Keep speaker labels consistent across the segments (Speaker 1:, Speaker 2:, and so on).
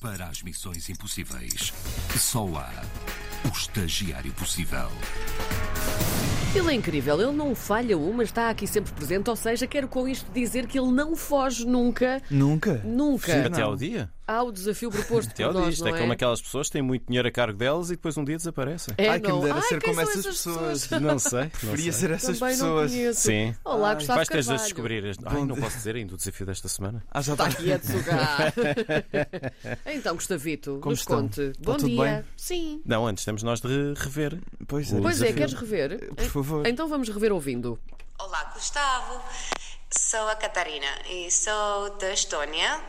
Speaker 1: Para as missões impossíveis, só há o estagiário possível.
Speaker 2: Ele é incrível, ele não falha uma, está aqui sempre presente, ou seja, quero com isto dizer que ele não foge nunca,
Speaker 3: Nunca?
Speaker 2: nunca
Speaker 4: Até
Speaker 3: Não.
Speaker 4: ao dia.
Speaker 2: ao desafio proposto
Speaker 4: Até ao
Speaker 2: por
Speaker 4: dia.
Speaker 2: nós,
Speaker 4: Isto é,
Speaker 2: não é?
Speaker 4: como aquelas pessoas que têm muito dinheiro a cargo delas e depois um dia desaparecem.
Speaker 2: É,
Speaker 3: Ai, quem
Speaker 2: não.
Speaker 3: me dera
Speaker 2: Ai,
Speaker 3: ser
Speaker 2: quem
Speaker 3: como
Speaker 2: são
Speaker 3: essas pessoas.
Speaker 4: Não sei.
Speaker 3: Preferia ser essas
Speaker 2: Também
Speaker 3: pessoas.
Speaker 2: não conheço.
Speaker 4: Sim.
Speaker 2: Olá, Gustavo
Speaker 4: Vais ter de
Speaker 2: Carvalho.
Speaker 4: descobrir. este- Ai, não posso dizer ainda o desafio desta semana.
Speaker 3: Ah, já
Speaker 2: Está
Speaker 3: está.
Speaker 2: aqui a deslogar. então, Gustavito,
Speaker 3: Como
Speaker 2: nos
Speaker 3: estão?
Speaker 2: conte.
Speaker 3: Está
Speaker 2: Bom
Speaker 3: tudo
Speaker 2: dia.
Speaker 3: bem?
Speaker 2: Sim.
Speaker 4: Não, antes temos nós de re- rever.
Speaker 3: Pois
Speaker 4: O
Speaker 2: Pois é,
Speaker 4: desafio.
Speaker 2: queres rever?
Speaker 3: Por favor.
Speaker 2: Então vamos rever ouvindo.
Speaker 5: Olá, Gustavo. Sou a Catarina e sou da Estónia.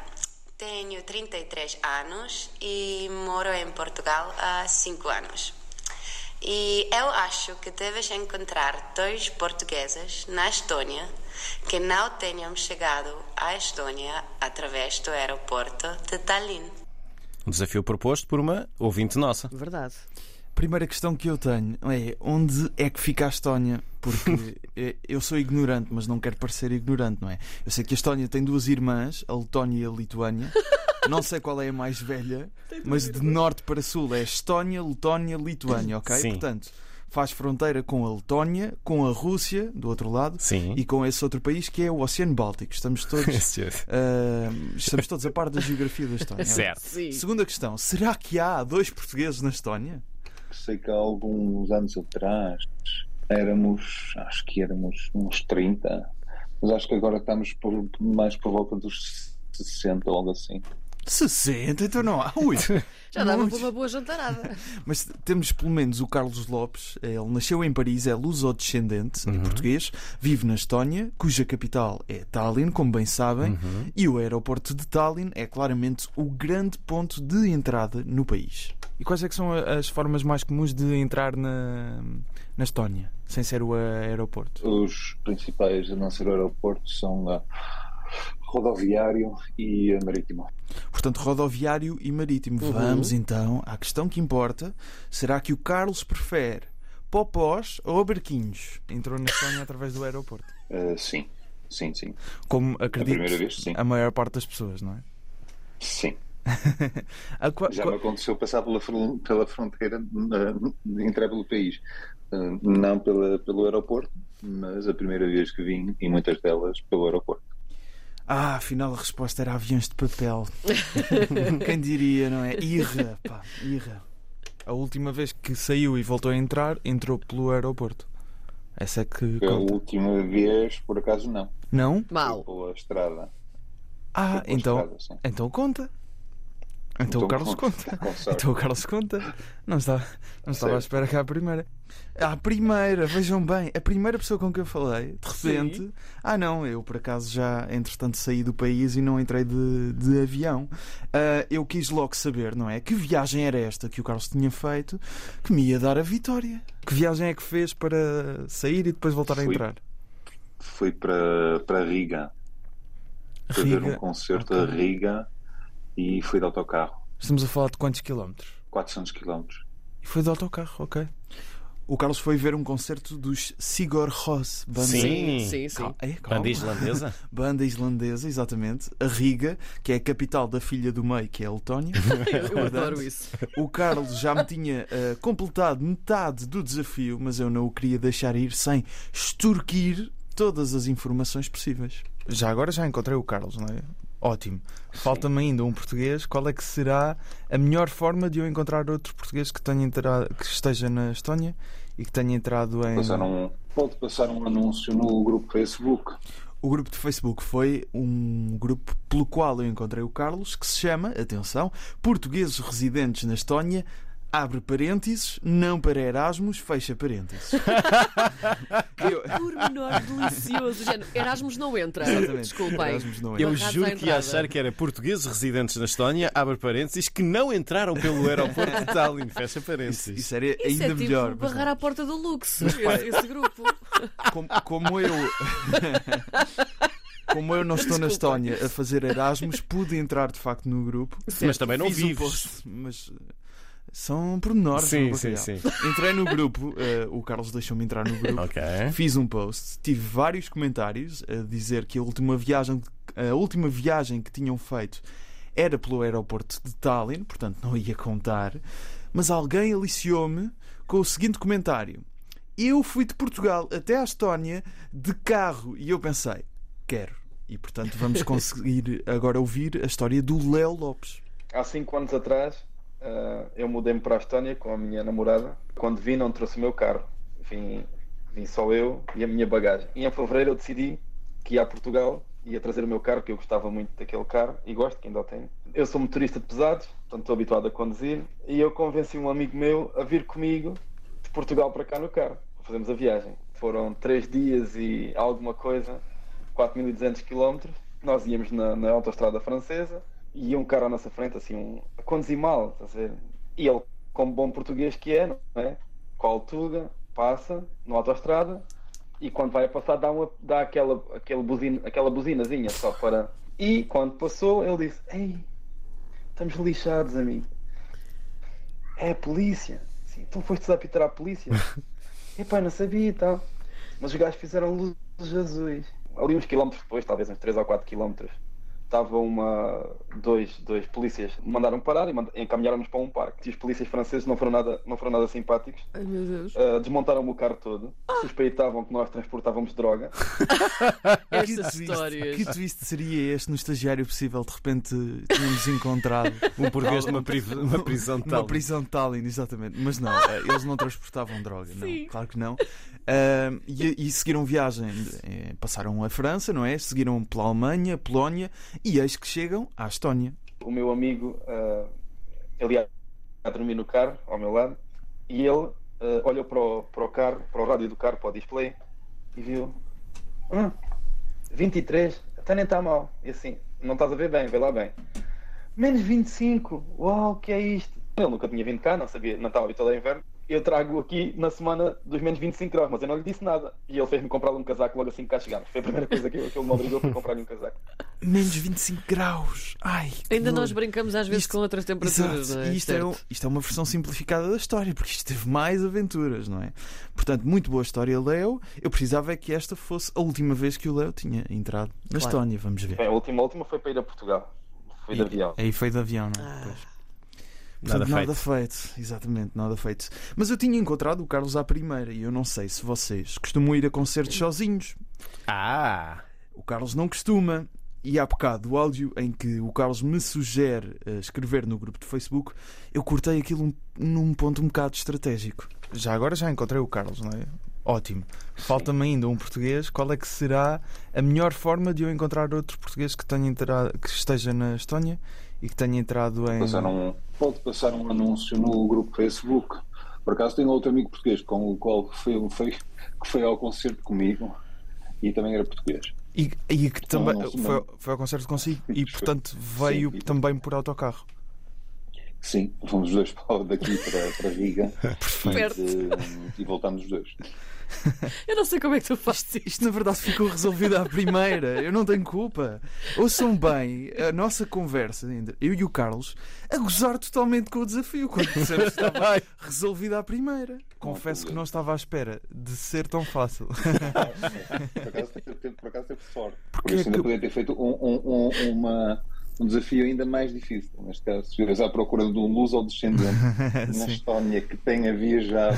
Speaker 5: Tenho 33 anos e moro em Portugal há 5 anos. E eu acho que deves encontrar dois portugueses na Estónia que não tenham chegado à Estónia através do aeroporto de Tallinn.
Speaker 4: Um desafio proposto por uma ouvinte nossa.
Speaker 2: Verdade.
Speaker 3: Primeira questão que eu tenho é onde é que fica a Estónia? Porque eh, eu sou ignorante, mas não quero parecer ignorante, não é? Eu sei que a Estónia tem duas irmãs, a Letónia e a Lituânia. Não sei qual é a mais velha, mas de norte para sul é Estónia, Letónia, Lituânia, ok?
Speaker 4: Sim.
Speaker 3: Portanto, faz fronteira com a Letónia, com a Rússia, do outro lado,
Speaker 4: Sim.
Speaker 3: e com esse outro país que é o Oceano Báltico. Estamos todos, ah, estamos todos a par da geografia da Estónia.
Speaker 4: certo.
Speaker 2: Sim.
Speaker 3: Segunda questão: será que há dois portugueses na Estónia?
Speaker 6: sei que há alguns anos atrás éramos, acho que éramos uns 30, mas acho que agora estamos por- mais por volta dos 60 ou algo assim.
Speaker 3: 60, então não há. Ui,
Speaker 2: Já dava para
Speaker 3: muitos.
Speaker 2: uma boa jantarada.
Speaker 3: Mas temos pelo menos o Carlos Lopes, ele nasceu em Paris, é luso-descendente, é português, vive na Estónia, cuja capital é Tallinn, como bem sabem, e o aeroporto de Tallinn é claramente o grande ponto de entrada no país. E quais é que são a- as formas mais comuns de entrar na, na Estónia, sem ser o aeroporto?
Speaker 6: Os principais a não ser o aeroporto são ah, rodoviário e ah, marítimo.
Speaker 3: Portanto, rodoviário e marítimo.
Speaker 6: Uhum.
Speaker 3: Vamos então à questão que importa. Será que o Carlos prefere popós ou barquinhos? Entrou na Estónia através do aeroporto.
Speaker 6: Ah, sim, sim, sim.
Speaker 3: Como
Speaker 6: A
Speaker 3: acredito
Speaker 6: primeira vez, sim.
Speaker 3: a maior parte das pessoas, não é?
Speaker 6: Sim.
Speaker 3: A qua-
Speaker 6: Já
Speaker 3: qua-
Speaker 6: me aconteceu passar pela, fron- pela fronteira, ah, entrar pelo país. Ah, não pela, pelo aeroporto, mas a primeira vez que vim, e muitas delas, pelo aeroporto.
Speaker 3: Ah, afinal a resposta era aviões de papel. Quem diria, não é? Irra, pá, irra. A última vez que saiu e voltou a entrar, entrou pelo aeroporto. Essa é que
Speaker 6: A última vez, por acaso, não.
Speaker 3: Não?
Speaker 6: Foi
Speaker 2: Mal.
Speaker 6: pela estrada.
Speaker 3: Ah,
Speaker 6: Foi pela
Speaker 3: então,
Speaker 6: estrada, sim.
Speaker 3: então conta. Então o Carlos conta.
Speaker 6: com sorte.
Speaker 3: Então o Carlos conta. Não, está, não estava à
Speaker 6: Sério?
Speaker 3: espera que a primeira. A primeira, vejam bem, a primeira pessoa com que eu falei, de repente. Ah, não, eu por acaso já, entretanto, saí do país e não entrei de, de avião. Ah, eu quis logo saber, não é? Que viagem era esta que o Carlos tinha feito que me ia dar a vitória? Que viagem é que fez para sair e depois voltar
Speaker 6: Fui. Fui para, para Riga. Fui ver um concerto a Riga e fui de autocarro.
Speaker 3: Estamos a falar de quantos quilómetros?
Speaker 6: 400 quilómetros.
Speaker 3: E foi de autocarro, ok. O Carlos foi ver um concerto dos Sigur Rós, banda,
Speaker 4: Sim.
Speaker 2: Sim, sim.
Speaker 3: É, calma.
Speaker 4: Banda islandesa?
Speaker 3: Banda islandesa, exatamente, a Riga, que é a capital da filha do meio, que é a Letónia.
Speaker 2: Eu adoro
Speaker 3: Verdade.
Speaker 2: isso.
Speaker 3: o Carlos já me tinha ah, completado metade do desafio, mas eu não o queria deixar ir sem extorquir todas as informações possíveis. Já agora já encontrei o Carlos, não é? Ótimo. Falta-me ainda um português. Qual é que será a melhor forma de eu encontrar outro português que, tenha entrado, que esteja na Estónia e que tenha entrado em.
Speaker 6: Passar um, pode passar um anúncio no grupo Facebook.
Speaker 3: O grupo de Facebook foi um grupo pelo qual eu encontrei o Carlos, que se chama, atenção, Portugueses Residentes na Estónia, abre parênteses, não para Erasmus, fecha parênteses. eu,
Speaker 2: Pormenor delicioso. Género, Erasmus não entra.
Speaker 3: Exatamente.
Speaker 2: Desculpem.
Speaker 3: Erasmus não é.
Speaker 4: Eu
Speaker 2: Barrados à
Speaker 4: juro que ia
Speaker 2: entrada.
Speaker 4: achar que era portugueses residentes na Estónia, abre parênteses, que não entraram pelo aeroporto de Tallinn, fecha
Speaker 3: Isso,
Speaker 4: parênteses.
Speaker 3: isso era
Speaker 2: Isso
Speaker 3: ainda
Speaker 2: é tipo
Speaker 3: melhor. mas
Speaker 2: barrar à porta do Lux, esse, esse grupo.
Speaker 3: não. como, como eu. Como eu não estou na Estónia a fazer Erasmus, pude entrar de facto no grupo.
Speaker 4: é- Mas também não
Speaker 3: Fiz um
Speaker 4: vives.
Speaker 3: post, mas eh, são pormenores.
Speaker 4: Sim,
Speaker 3: não
Speaker 4: sim,
Speaker 3: bacalhau. Entrei no grupo, eh, o Carlos deixou-me entrar no grupo.
Speaker 4: Ok.
Speaker 3: Fiz um post, tive vários comentários a dizer que a última viagem, a última viagem que tinham feito Era pelo aeroporto de Tallinn, portanto não ia contar, mas alguém aliciou-me com o seguinte comentário: Eu fui de Portugal até à Estónia de carro e eu pensei, quero. E portanto vamos conseguir agora ouvir a história do Léo Lopes.
Speaker 7: Há cinco anos atrás, ah, eu mudei-me para a Estónia com a minha namorada. Quando vim, não trouxe o meu carro. Vim, vim só eu e a minha bagagem. E em fevereiro, eu decidi que ia a Portugal, ia trazer o meu carro, que eu gostava muito daquele carro e gosto, que ainda o tenho. Eu sou motorista de pesados, portanto estou habituado a conduzir. E eu convenci um amigo meu a vir comigo de Portugal para cá no carro. Fazemos a viagem. Foram três dias e alguma coisa, 4.200 km. Nós íamos na, na autostrada francesa e ia um cara à nossa frente, assim, um, a conduzir mal, estás a ver? E ele, como bom português que é, não é? Com a altura, passa na autostrada e quando vai a passar dá, uma, dá aquela, aquele buzina, aquela buzinazinha só para. E quando passou, ele disse: Ei, estamos lixados, amigo. É a polícia. Sim, tu foste apitar à polícia. Epá, não sabia e tal. Mas os gajos fizeram luzes azuis. Ali uns quilómetros depois, talvez uns 3 ou 4 quilómetros, estava uma. Dois, dois polícias mandaram parar e mand- encaminharam-nos para um parque. E os polícias franceses não foram nada, não foram nada simpáticos.
Speaker 2: Ai meu Deus.
Speaker 7: Uh, desmontaram o carro todo, suspeitavam que nós transportávamos droga.
Speaker 2: Estas
Speaker 3: twist,
Speaker 2: histórias.
Speaker 3: que twist seria este no estagiário possível? De repente tínhamos encontrado
Speaker 4: Um português numa pri- uma prisão de
Speaker 3: Uma
Speaker 4: tal.
Speaker 3: prisão de Tallinn, exatamente. Mas não, eh, eles não transportavam droga, não, claro que não. Ahm, e, e seguiram viagem, eh, passaram a França, não é? Seguiram pela Alemanha, Polónia e eis que chegam à Estónia.
Speaker 7: O meu amigo, uh, ele ia a dormir no carro, ao meu lado, e ele uh, olhou para o, para o carro, para o rádio do carro, para o display, e viu: hum, 23, até nem está mal. E assim, não estás a ver bem, vê lá bem. Menos 25, uau, o que é isto? Ele nunca tinha vindo cá, não sabia, não estava habituado ao inverno. Eu trago aqui na semana dos menos 25 graus, mas eu não lhe disse nada. E ele fez-me comprar um casaco logo assim que cá chegámos. Foi a primeira coisa que, eu- que ele me obrigou foi comprar-lhe um casaco.
Speaker 3: Menos 25 graus. Ai, que
Speaker 2: Ainda
Speaker 3: dor.
Speaker 2: nós brincamos às vezes
Speaker 3: Isto-
Speaker 2: com outras temperaturas.
Speaker 3: Exato.
Speaker 2: não é?
Speaker 3: E isto é,
Speaker 2: Certo.
Speaker 3: um- isto é uma versão simplificada da história, porque isto teve mais aventuras, não é? Portanto, muito boa história, Leo. Eu precisava é que esta fosse a última vez que o Leo tinha entrado
Speaker 2: Claro.
Speaker 3: na Estónia. Vamos ver.
Speaker 7: Bem, a última, a última foi para ir a Portugal. Foi de avião.
Speaker 3: Aí foi de avião, não é? Pois. Portanto,
Speaker 4: Nada
Speaker 3: nada, feito. Exatamente, nada feito. Mas eu tinha encontrado o Carlos à primeira e eu não sei se vocês costumam ir a concertos sozinhos.
Speaker 4: Ah!
Speaker 3: O Carlos não costuma. E há bocado o áudio em que o Carlos me sugere eh, escrever no grupo de Facebook, eu cortei aquilo um- num ponto um bocado estratégico. Já agora já encontrei o Carlos, não é? Ótimo. Falta-me ainda um português. Qual é que será a melhor forma de eu encontrar outro português que, tenha entra- que esteja na Estónia e que tenha entrado em.
Speaker 6: Passar um, pode passar um anúncio no grupo Facebook. Por acaso tenho outro amigo português com o qual foi, foi, que foi ao concerto comigo e também era português.
Speaker 8: E, e que também
Speaker 6: não se
Speaker 8: foi,
Speaker 6: lembra.
Speaker 8: foi ao concerto consigo e portanto veio
Speaker 6: Sim.
Speaker 8: também por autocarro.
Speaker 6: Sim, fomos os dois para- daqui para, para Riga
Speaker 2: Perto.
Speaker 6: e, e voltámos os dois.
Speaker 2: Eu não sei como é que tu fazes isto.
Speaker 3: Isto na verdade ficou resolvido à primeira. Eu não tenho culpa. Ouçam bem a nossa conversa entre eu e o Carlos a gozar totalmente com o desafio. Quando dissemos que estava resolvido à primeira.
Speaker 8: Confesso que não estava à espera de ser tão fácil.
Speaker 6: Por acaso teve, por acaso teve sorte. Por
Speaker 8: Porque
Speaker 6: isso
Speaker 8: é
Speaker 6: ainda
Speaker 8: que-
Speaker 6: podia ter feito um, um- um- uma- um desafio ainda mais difícil. Neste caso, se estiveres à procura de um luz ou descendente na Estónia que tenha viajado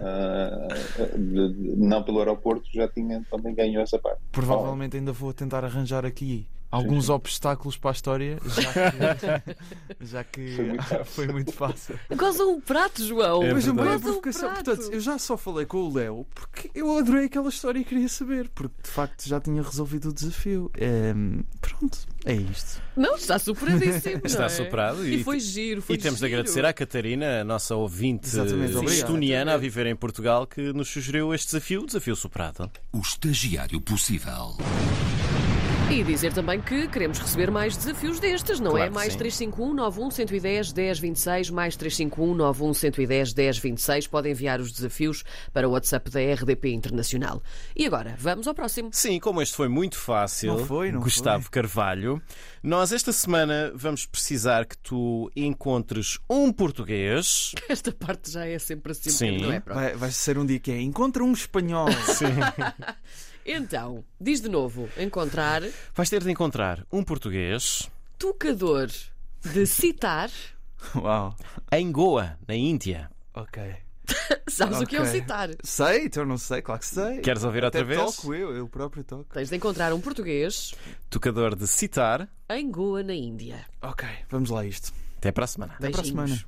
Speaker 6: ah, de- de- não pelo aeroporto, já tinha também ganho essa parte.
Speaker 8: Provavelmente ainda vou tentar arranjar aqui alguns obstáculos para a história, já que, já que
Speaker 6: Foi muito fácil.
Speaker 8: foi muito fácil.
Speaker 2: Goza um prato, João.
Speaker 4: É
Speaker 3: Mas não é
Speaker 4: verdade.
Speaker 2: um
Speaker 3: provocação. Portanto, eu já só falei com o Léo porque eu adorei aquela história e queria saber. Porque de facto já tinha resolvido o desafio. Ehm, pronto, é isto.
Speaker 2: Não, está superadíssimo. não
Speaker 4: Está
Speaker 2: é?
Speaker 4: superado
Speaker 2: E,
Speaker 4: e-
Speaker 2: foi giro. Foi
Speaker 4: E temos de
Speaker 2: giro.
Speaker 4: agradecer à Catarina, a nossa ouvinte
Speaker 3: Exatamente, obrigado.
Speaker 4: estoniana a viver em Portugal, que nos sugeriu este desafio, desafio superado.
Speaker 1: O estagiário possível.
Speaker 2: E dizer também que queremos receber mais desafios destes, não
Speaker 4: Claro
Speaker 2: é?
Speaker 4: que
Speaker 2: Mais
Speaker 4: sim.
Speaker 2: 351 91 110 1026, mais 351 91 110 1026. Podem enviar os desafios para o WhatsApp da RDP Internacional. E agora, vamos ao próximo.
Speaker 4: Sim, como este foi muito fácil,
Speaker 3: Não foi, não
Speaker 4: Gustavo Carvalho, nós esta semana vamos precisar que tu encontres um português.
Speaker 2: Esta parte já é sempre assim,
Speaker 4: Sim.
Speaker 2: não é? Pronto.
Speaker 3: Vai, vai ser um dia que é encontra um espanhol.
Speaker 2: Então, diz de novo: encontrar.
Speaker 4: Vais ter de encontrar um português
Speaker 2: tocador de citar.
Speaker 3: Uau.
Speaker 4: Em Goa, na Índia.
Speaker 3: Ok.
Speaker 2: Sabes o que é o
Speaker 3: Ok.
Speaker 2: citar?
Speaker 3: Sei, então não sei, claro que sei.
Speaker 4: Queres ouvir
Speaker 3: Até
Speaker 4: outra vez?
Speaker 3: toco eu, eu próprio toco.
Speaker 2: Tens de encontrar um português
Speaker 4: Tocador de citar.
Speaker 2: em Goa, na Índia.
Speaker 3: Ok, vamos lá a isto.
Speaker 4: Até para a semana.
Speaker 3: Até para a
Speaker 2: Beijinhos.
Speaker 3: semana.